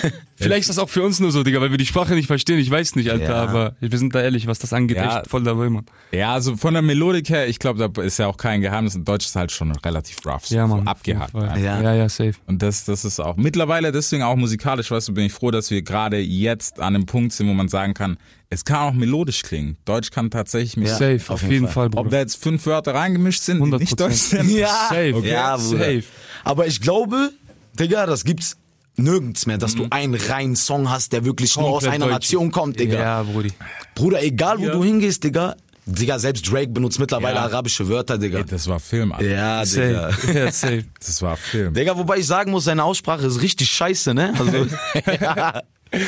Speaker 6: Vielleicht ist das auch für uns nur so, Digga, weil wir die Sprache nicht verstehen. Ich weiß nicht, Alter,
Speaker 4: Ja.
Speaker 6: aber wir sind da ehrlich, was das angeht,
Speaker 1: Ja.
Speaker 6: echt voll dabei, Mann.
Speaker 1: Ja, also von der Melodik her, ich glaube, da ist ja auch kein Geheimnis. In Deutsch ist halt schon relativ rough, so,
Speaker 6: Ja, Mann.
Speaker 1: so abgehakt.
Speaker 6: Ja.
Speaker 1: Ja.
Speaker 4: Ja.
Speaker 6: ja, ja, safe.
Speaker 1: Und das, das ist auch mittlerweile deswegen auch musikalisch, weißt du, bin ich froh, dass wir gerade jetzt an einem Punkt sind, wo man sagen kann, es kann auch melodisch klingen. Deutsch kann tatsächlich mit,
Speaker 4: Ja.
Speaker 6: Safe,
Speaker 4: auf
Speaker 6: auf
Speaker 4: jeden
Speaker 6: jeden, Fall,
Speaker 1: ob
Speaker 6: Bruder.
Speaker 1: da jetzt fünf Wörter reingemischt sind, die nicht
Speaker 6: 100%.
Speaker 1: deutsch sind.
Speaker 4: Ja,
Speaker 6: Safe,
Speaker 4: ja, Bruder.
Speaker 6: okay? Safe.
Speaker 4: Aber ich glaube, Digga, das gibt's nirgends mehr, dass du einen reinen Song hast, der wirklich nur aus
Speaker 6: Mhm. Komplett
Speaker 4: einer
Speaker 6: deutsch.
Speaker 4: Nation kommt, Digga.
Speaker 6: Ja, Brudi.
Speaker 4: Bruder, egal wo
Speaker 6: Ja.
Speaker 4: du hingehst, Digga. Digga, selbst Drake benutzt mittlerweile
Speaker 1: Ja.
Speaker 4: arabische Wörter, Digga.
Speaker 1: Ey, das war Film, Alter.
Speaker 4: Ja, Digga.
Speaker 6: Safe. Ja, safe.
Speaker 1: Das war Film.
Speaker 4: Digga, wobei ich sagen muss, seine Aussprache ist richtig scheiße, ne? Also,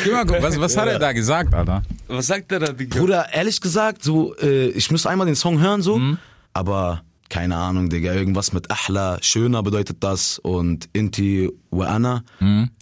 Speaker 1: Geh mal gucken, was, was hat er da gesagt, Alter?
Speaker 6: Was sagt der da, Digga?
Speaker 4: Bruder, ehrlich gesagt, so, äh, ich muss einmal den Song hören, so, aber keine Ahnung, Digga, irgendwas mit Ahla, schöner bedeutet das und Inti wa ana,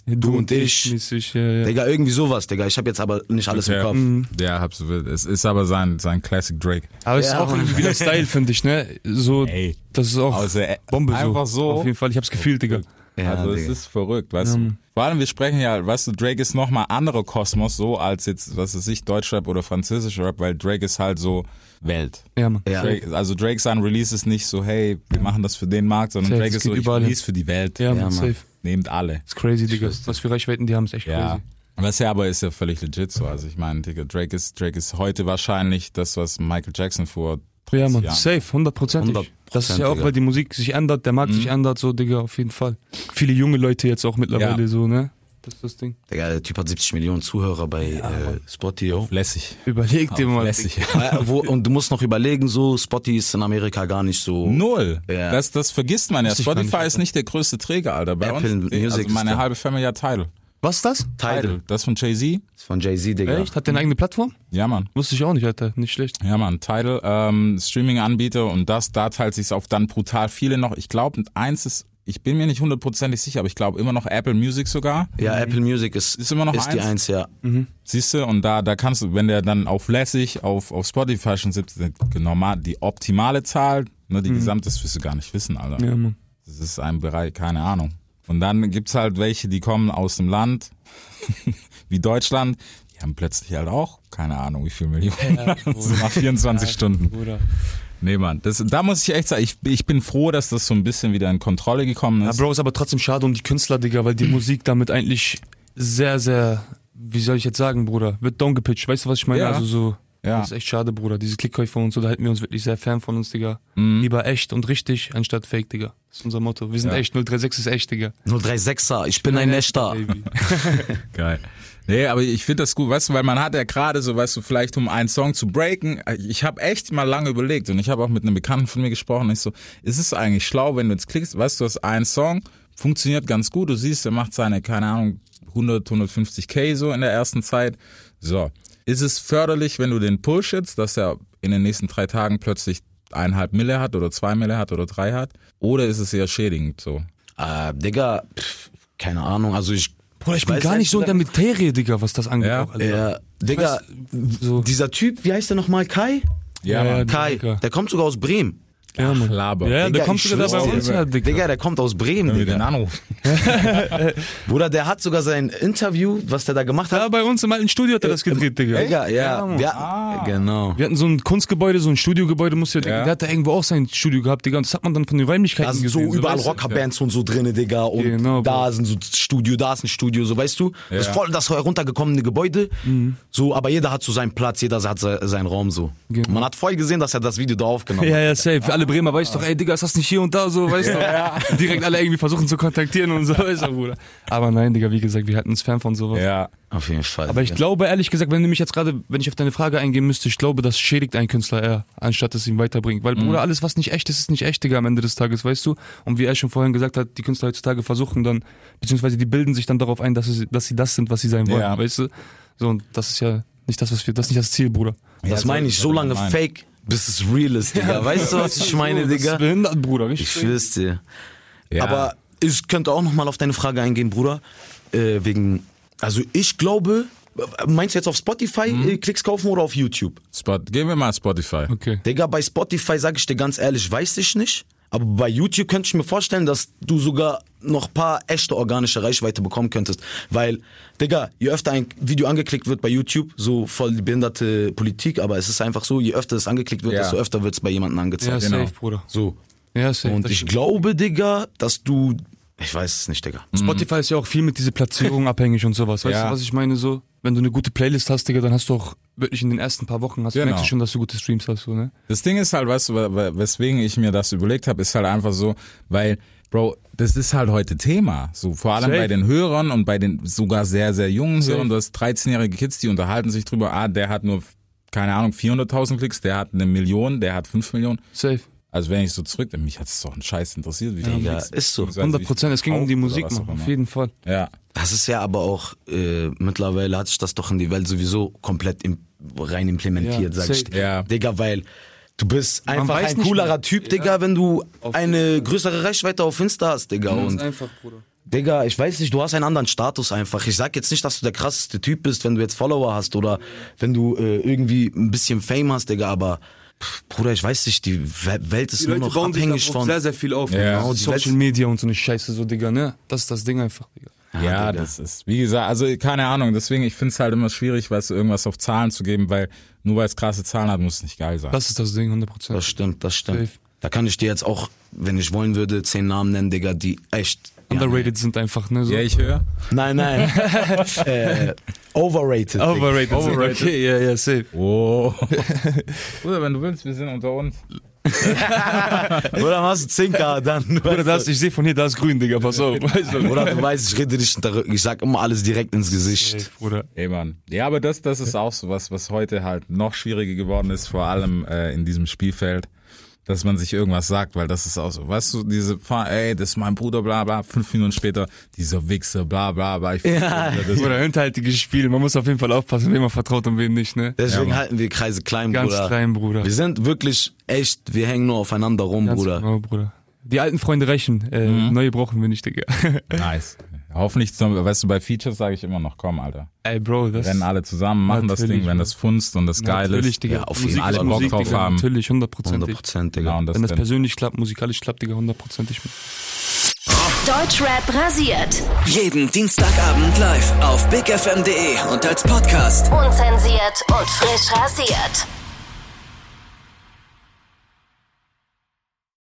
Speaker 4: du und ich.
Speaker 6: Mäßig, ja, ja.
Speaker 4: Digga, irgendwie sowas, Digga. Ich habe jetzt aber nicht alles im
Speaker 1: Ja, Mhm.
Speaker 4: Kopf.
Speaker 1: ja, hab's, es ist aber sein, sein Classic Drake.
Speaker 6: Aber es ist
Speaker 4: Ja,
Speaker 6: auch
Speaker 4: Mann.
Speaker 6: irgendwie wieder Style, finde ich, ne? So,
Speaker 1: Ey.
Speaker 6: das ist auch
Speaker 1: Also, äh,
Speaker 6: Bombe so.
Speaker 1: einfach so.
Speaker 6: Auf jeden Fall, ich hab's gefühlt, Digga.
Speaker 4: Ja,
Speaker 1: also es
Speaker 4: Digga.
Speaker 1: ist verrückt, weißt du. Vor allem, wir sprechen ja, weißt du, Drake ist nochmal anderer Kosmos, so als jetzt, was weiß ich, Deutschrap oder französischer Rap, weil Drake ist halt so Welt.
Speaker 6: Ja, Mann.
Speaker 4: Ja.
Speaker 1: Drake, also Drake sein Release ist nicht so, hey, wir machen das für den Markt, sondern
Speaker 6: Safe,
Speaker 1: Drake
Speaker 6: es
Speaker 1: ist so,
Speaker 6: geht
Speaker 1: ich
Speaker 6: überall hin.
Speaker 1: release für die Welt.
Speaker 6: Ja, Mann,
Speaker 4: Mann.
Speaker 6: safe.
Speaker 1: Nehmt alle.
Speaker 6: Ist crazy, Digga. Was für Reichweiten die haben, ist echt
Speaker 1: Ja.
Speaker 6: crazy.
Speaker 1: Was ja aber ist ja völlig legit so. Also ich meine, Digga, Drake ist, Drake ist heute wahrscheinlich das, was Michael Jackson vor
Speaker 6: Ja,
Speaker 1: 30
Speaker 6: Mann,
Speaker 1: Jahren-
Speaker 6: safe, hundertprozentig. Mhm.
Speaker 4: 100%,
Speaker 6: Das ist ja auch,
Speaker 4: Digga.
Speaker 6: weil die Musik sich ändert, der Markt sich ändert, so, Digga, auf jeden Fall. Viele junge Leute jetzt auch mittlerweile
Speaker 1: Ja.
Speaker 6: so, ne? Das ist das Ding.
Speaker 4: Digga, der Typ hat 70 Millionen Zuhörer bei äh, Spotty, yo.
Speaker 1: Lässig.
Speaker 6: Überleg dir mal.
Speaker 1: Lässig.
Speaker 4: Äh, wo, und du musst noch überlegen, so, Spotty ist in Amerika gar nicht so.
Speaker 1: Null.
Speaker 4: Ja.
Speaker 1: Das, das vergisst man ja.
Speaker 6: ich gar nicht,
Speaker 1: Spotify ist
Speaker 6: Alter.
Speaker 1: nicht der größte Träger, Alter. Bei
Speaker 4: Apple
Speaker 1: uns,
Speaker 4: Music
Speaker 1: also
Speaker 4: ist
Speaker 1: meine
Speaker 4: der-
Speaker 1: halbe Family hat Tidal.
Speaker 6: Was ist das?
Speaker 4: Tidal.
Speaker 1: Das von Jay-Z?
Speaker 4: Ist von Jay-Z, Digga.
Speaker 6: Echt? Hat der eine eigene Plattform?
Speaker 1: Ja, Mann.
Speaker 6: Wusste ich auch nicht, Alter. Nicht schlecht.
Speaker 1: Ja, Mann. Tidal, ähm, Streaming-Anbieter und das, da teilt sich's auf dann brutal viele noch. Ich glaube, eins ist, ich bin mir nicht hundertprozentig sicher, aber ich glaube immer noch Apple Music sogar.
Speaker 4: Ja, Apple Music ist,
Speaker 1: Ist immer noch
Speaker 4: ist die
Speaker 1: eins?
Speaker 4: Eins, ja.
Speaker 1: Siehst du, und da, da kannst du, wenn der dann auf lässig, auf, auf Spotify schon 17, normal, die optimale Zahl, ne, die gesamte, das wirst du gar nicht wissen, Alter.
Speaker 6: Mhm. Ja, Mann.
Speaker 1: Das ist ein Bereich, keine Ahnung. Und dann gibt's halt welche, die kommen aus dem Land, wie Deutschland, die haben plötzlich halt auch, keine Ahnung, wie viel Millionen, so nach 24 Stunden.
Speaker 6: Bruder.
Speaker 1: Nee, Mann, das, da muss ich echt sagen, ich, ich bin froh, dass das so ein bisschen wieder in Kontrolle gekommen
Speaker 6: Ja,
Speaker 1: ist.
Speaker 6: Bro, ist aber trotzdem schade um die Künstler, Digga, weil die Musik damit eigentlich sehr, sehr, wie soll ich jetzt sagen, Bruder, wird downgepitcht. Weißt du, was ich meine?
Speaker 1: Ja.
Speaker 6: Also so,
Speaker 1: Ja.
Speaker 6: das ist echt schade, Bruder. Diese Klickkäufe und so, da halten wir uns wirklich sehr fern von uns, Digga. Lieber echt und richtig, anstatt fake, Digga. Das ist unser Motto. Wir sind
Speaker 1: Ja.
Speaker 6: echt, 036 ist echt, Digga.
Speaker 4: 036er, ich bin ein Echter.
Speaker 6: Baby.
Speaker 1: Geil. Nee, aber ich finde das gut, weißt du, weil man hat ja gerade so, weißt du, vielleicht um einen Song zu breaken, ich habe echt mal lange überlegt und ich habe auch mit einem Bekannten von mir gesprochen und ich so, ist es eigentlich schlau, wenn du jetzt klickst, weißt du, du hast einen Song, funktioniert ganz gut, du siehst, er macht seine, keine Ahnung, 100, 150k so in der ersten Zeit. So, ist es förderlich, wenn du den Push jetzt, dass er in den nächsten drei Tagen plötzlich eineinhalb Mille hat oder zwei Mille hat oder drei hat? Oder ist es eher schädigend so?
Speaker 4: Ah, Äh, Digga, pff, keine Ahnung, also ich
Speaker 6: Bruder, ich bin
Speaker 4: Weiß
Speaker 6: gar
Speaker 4: ehrlich
Speaker 6: nicht so in der
Speaker 4: gesagt-
Speaker 6: Materie, Digga, was das angeht.
Speaker 1: Ja.
Speaker 6: auch, Alter.
Speaker 4: Ja, Digga,
Speaker 6: so.
Speaker 4: dieser Typ, wie heißt der nochmal? Kai?
Speaker 1: Ja,
Speaker 6: Ja,
Speaker 1: Mann.
Speaker 4: Kai,
Speaker 6: Digga.
Speaker 4: der kommt sogar aus Bremen.
Speaker 1: Ja, Mann. Laber.
Speaker 6: Ja,
Speaker 4: Digga,
Speaker 6: da kommst
Speaker 4: ich
Speaker 6: du da bei
Speaker 4: schwör's
Speaker 6: uns
Speaker 4: dir.
Speaker 6: her, Digga.
Speaker 4: Digga, der kommt aus Bremen,
Speaker 1: Wenn wir den
Speaker 4: Digga.
Speaker 1: Anruf.
Speaker 4: Bruder, der hat sogar sein Interview, was der da gemacht
Speaker 6: Da
Speaker 4: hat.
Speaker 6: bei uns im alten Studio hat er das gedreht, Digga.
Speaker 4: Äh, Digga, ja, ja, genau.
Speaker 6: Wir hatten so ein Kunstgebäude, so ein Studiogebäude, muss ja,
Speaker 1: Ja.
Speaker 6: der hat da irgendwo auch sein Studio gehabt, Digga, und das hat man dann von den Räumlichkeiten
Speaker 4: Da sind Also so
Speaker 6: gesehen.
Speaker 4: überall
Speaker 6: weißt du?
Speaker 4: Rockerbands und so drinne, Digga. Und
Speaker 6: Genau,
Speaker 4: da
Speaker 6: Bro.
Speaker 4: sind so Studio, da ist ein Studio, so weißt du. Das
Speaker 1: Ja.
Speaker 4: ist voll das heruntergekommene Gebäude.
Speaker 6: Mhm.
Speaker 4: So, aber jeder hat so seinen Platz, jeder hat se- seinen Raum so.
Speaker 6: Genau.
Speaker 4: Man hat voll gesehen, dass er das Video da aufgenommen hat.
Speaker 6: Ja, ja, safe. Alle Bremer weißt doch, ey, Digga, ist das nicht hier und da so, weißt du? Direkt alle irgendwie versuchen zu kontaktieren und so, weißt du, Bruder. Aber nein, Digga, wie gesagt, wir hatten uns fern von sowas.
Speaker 1: Ja.
Speaker 4: Auf jeden Fall.
Speaker 6: Aber ich
Speaker 4: Digga.
Speaker 6: glaube, ehrlich gesagt, wenn du mich jetzt gerade, wenn ich auf deine Frage eingehen müsste, ich glaube, das schädigt einen Künstler eher, anstatt es ihm weiterbringt. Weil,
Speaker 4: Mhm.
Speaker 6: Bruder, alles, was nicht echt ist, ist nicht echt, Digga, am Ende des Tages, weißt du? Und wie er schon vorhin gesagt hat, die Künstler heutzutage versuchen dann, beziehungsweise die bilden sich dann darauf ein, dass sie, dass sie das sind, was sie sein wollen,
Speaker 1: Ja.
Speaker 6: weißt du? So, und das ist ja nicht das, was wir, das ist nicht das Ziel, Bruder.
Speaker 4: das
Speaker 1: so
Speaker 4: meine
Speaker 1: ist
Speaker 4: ich,
Speaker 1: es
Speaker 4: so
Speaker 1: aber
Speaker 4: lange
Speaker 1: gemeint.
Speaker 4: fake, bis es real ist, Digga. Weißt du, was ich meine,
Speaker 6: Das
Speaker 4: Digga?
Speaker 6: ist behindert, Bruder, richtig?
Speaker 4: Ich schwör's dir.
Speaker 1: ja.
Speaker 4: Aber ich könnte auch nochmal auf deine Frage eingehen, Bruder. Äh, wegen, also ich glaube, meinst du jetzt auf Spotify
Speaker 6: Mhm.
Speaker 4: äh, Klicks kaufen oder auf YouTube?
Speaker 1: Spot, gehen wir mal Spotify.
Speaker 6: okay.
Speaker 4: Digga, bei Spotify sage ich dir ganz ehrlich, weiß ich nicht. Aber bei YouTube könnte ich mir vorstellen, dass du sogar noch ein paar echte organische Reichweite bekommen könntest. Weil, Digga, je öfter ein Video angeklickt wird bei YouTube, so voll die behinderte Politik, aber es ist einfach so, je öfter es angeklickt wird,
Speaker 1: Ja.
Speaker 4: desto öfter wird es bei jemandem
Speaker 6: Ja,
Speaker 4: angezeigt.
Speaker 1: genau.
Speaker 6: safe, Bruder.
Speaker 4: So.
Speaker 6: Ja, safe.
Speaker 4: Und
Speaker 6: das
Speaker 4: ich
Speaker 6: stimmt.
Speaker 4: glaube, Digga, dass du. Ich weiß es nicht, Digga.
Speaker 6: Spotify ist ja auch viel mit dieser Platzierung abhängig und sowas. Weißt
Speaker 1: Mhm. Ja.
Speaker 6: du, was ich meine? So, wenn du eine gute Playlist hast, Digga, dann hast du auch wirklich in den ersten paar Wochen hast
Speaker 1: Genau.
Speaker 6: du merkst du schon, dass du gute Streams hast, so, ne?
Speaker 1: Das Ding ist halt, weißt du, we- we- weswegen ich mir das überlegt habe, ist halt einfach so, weil, Bro, das ist halt heute Thema. So, vor allem
Speaker 6: Safe.
Speaker 1: bei den Hörern und bei den sogar sehr, sehr jungen
Speaker 6: Safe.
Speaker 1: Hörern. Du hast 13-jährige Kids, die unterhalten sich drüber, ah, der hat nur, keine Ahnung, 400.000 Klicks, der hat eine Million, der hat 5 Millionen.
Speaker 6: Safe.
Speaker 1: Also wenn ich so zurück, mich hat es doch einen Scheiß interessiert, wie viel
Speaker 4: Digga,
Speaker 1: Klicks-
Speaker 4: ist so.
Speaker 1: beziehungsweise wie
Speaker 6: 100 Prozent. Es ging
Speaker 1: viel
Speaker 6: um die
Speaker 1: kauft oder
Speaker 6: Musik,
Speaker 1: was
Speaker 6: Mann.
Speaker 1: auch immer.
Speaker 6: Auf jeden Fall.
Speaker 1: Ja,
Speaker 4: Das ist ja aber auch, äh, mittlerweile hat sich das doch in die Welt sowieso komplett im, rein implementiert,
Speaker 6: Ja,
Speaker 4: sag ich
Speaker 6: safe.
Speaker 4: dir.
Speaker 1: Ja.
Speaker 4: Digga, weil du bist einfach
Speaker 6: weiß
Speaker 4: ein
Speaker 6: nicht
Speaker 4: coolerer
Speaker 6: mehr.
Speaker 4: Typ, Digga, wenn du
Speaker 6: Auf
Speaker 4: eine größere Reichweite auf Insta hast, Digga. Und
Speaker 6: einfach, Bruder.
Speaker 4: Digga, ich weiß nicht, du hast einen anderen Status einfach. Ich sag jetzt nicht, dass du der krasseste Typ bist, wenn du jetzt Follower hast oder wenn du äh, irgendwie ein bisschen Fame hast, Digga, aber pff, Bruder, ich weiß nicht, die We- Welt ist
Speaker 6: Die
Speaker 4: nur
Speaker 6: Leute
Speaker 4: noch
Speaker 6: bauen sich
Speaker 4: abhängig
Speaker 6: darauf
Speaker 4: von.
Speaker 6: sehr, sehr viel auf.
Speaker 1: Ja.
Speaker 6: Digga.
Speaker 4: Genau, die
Speaker 6: Social
Speaker 4: letzten-
Speaker 6: Media und so eine Scheiße, so, Digga, ne? Das ist das Ding einfach, Digga.
Speaker 1: Ja,
Speaker 4: Digga.
Speaker 1: das ist, wie gesagt, also keine Ahnung, deswegen, ich finde es halt immer schwierig, weißt du, irgendwas auf Zahlen zu geben, weil nur weil es krasse Zahlen hat, muss es nicht geil sein.
Speaker 6: Das ist das Ding, 100 Prozent.
Speaker 4: Das stimmt, das stimmt.
Speaker 6: Safe.
Speaker 4: Da kann ich dir jetzt auch, wenn ich wollen würde, zehn Namen nennen, Digga, die echt.
Speaker 6: Underrated sind einfach, ne? So.
Speaker 1: ja, ich höre.
Speaker 4: Nein, nein. äh, overrated. Digga.
Speaker 6: Overrated. Overrated. Okay, ja, ja, safe.
Speaker 1: Oh. Bruder, wenn du willst, wir sind unter uns.
Speaker 4: Oder machst du 10k dann.
Speaker 6: Bruder, das, ich sehe von hier, da ist grün, Digga, pass auf. Weißt du?
Speaker 4: Oder du weißt, ich rede nicht darüber. Ich sag immer alles direkt ins Gesicht.
Speaker 6: Safe, Bruder.
Speaker 1: Ey, Mann. Ja, aber das, das ist auch so was, was heute halt noch schwieriger geworden ist, vor allem äh, in diesem Spielfeld, dass man sich irgendwas sagt, weil das ist auch so, weißt du, diese, Fa- ey, das ist mein Bruder, bla, bla, fünf Minuten später, dieser Wichser, bla, bla, bla. Ich ja. das,
Speaker 6: Oder hinterhältige Spiele. Man muss auf jeden Fall aufpassen, wem man vertraut und wem nicht, ne?
Speaker 4: Deswegen halten wir Kreise klein,
Speaker 6: Ganz
Speaker 4: Bruder.
Speaker 6: klein, Bruder.
Speaker 4: Wir sind wirklich echt, wir hängen nur aufeinander rum,
Speaker 6: Ganz
Speaker 4: Bruder. Mhm.
Speaker 6: Genau, Bruder. Die alten Freunde rächen. Äh, Neue brauchen wir nicht, Digga.
Speaker 1: nice. Hoffentlich, zum, weißt du, bei Features sage ich immer noch, komm, Alter.
Speaker 6: Ey, Bro, das
Speaker 1: Rennen alle zusammen, machen das
Speaker 6: Natürlich,
Speaker 1: Ding, wenn
Speaker 6: Bro.
Speaker 1: das funzt und das geil
Speaker 6: natürlich,
Speaker 1: ist.
Speaker 6: Digga.
Speaker 4: Ja, auf
Speaker 6: Musik
Speaker 4: jeden Fall.
Speaker 6: ist
Speaker 4: Alle Bock
Speaker 6: Musik,
Speaker 1: drauf
Speaker 6: Digga.
Speaker 1: haben.
Speaker 6: Natürlich, hundertprozentig.
Speaker 4: 100%,
Speaker 1: Genau,
Speaker 4: Digga.
Speaker 1: und das
Speaker 6: Wenn das
Speaker 1: denn.
Speaker 6: persönlich klappt, musikalisch klappt, Digga, hundertprozentig. mit.
Speaker 5: Deutschrap rasiert.
Speaker 7: Jeden Dienstagabend live auf bigfm.de und als Podcast.
Speaker 5: Unzensiert und frisch rasiert.